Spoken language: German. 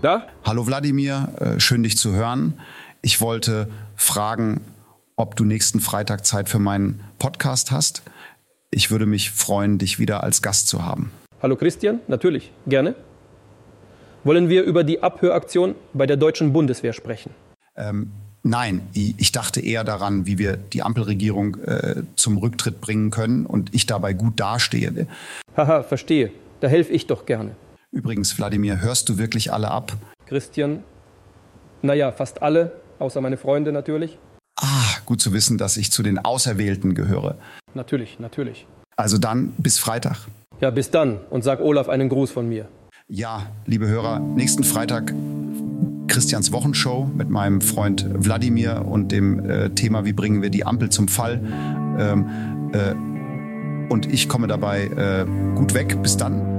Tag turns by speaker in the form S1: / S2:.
S1: Da?
S2: Hallo Wladimir, äh, schön dich zu hören. Ich wollte fragen, ob du nächsten Freitag Zeit für meinen Podcast hast. Ich würde mich freuen, dich wieder als Gast zu haben.
S1: Hallo Christian, natürlich, gerne. Wollen wir über die Abhöraktion bei der deutschen Bundeswehr sprechen?
S2: Ähm, nein, ich dachte eher daran, wie wir die Ampelregierung äh, zum Rücktritt bringen können und ich dabei gut dastehe.
S1: Haha, verstehe. Da helfe ich doch gerne.
S2: Übrigens, Wladimir, hörst du wirklich alle ab?
S1: Christian, naja, fast alle, außer meine Freunde natürlich.
S2: Ah, gut zu wissen, dass ich zu den Auserwählten gehöre.
S1: Natürlich, natürlich.
S2: Also dann bis Freitag.
S1: Ja, bis dann und sag Olaf einen Gruß von mir.
S2: Ja, liebe Hörer, nächsten Freitag Christians Wochenshow mit meinem Freund Wladimir und dem äh, Thema, wie bringen wir die Ampel zum Fall. Ähm, äh, und ich komme dabei äh, gut weg. Bis dann.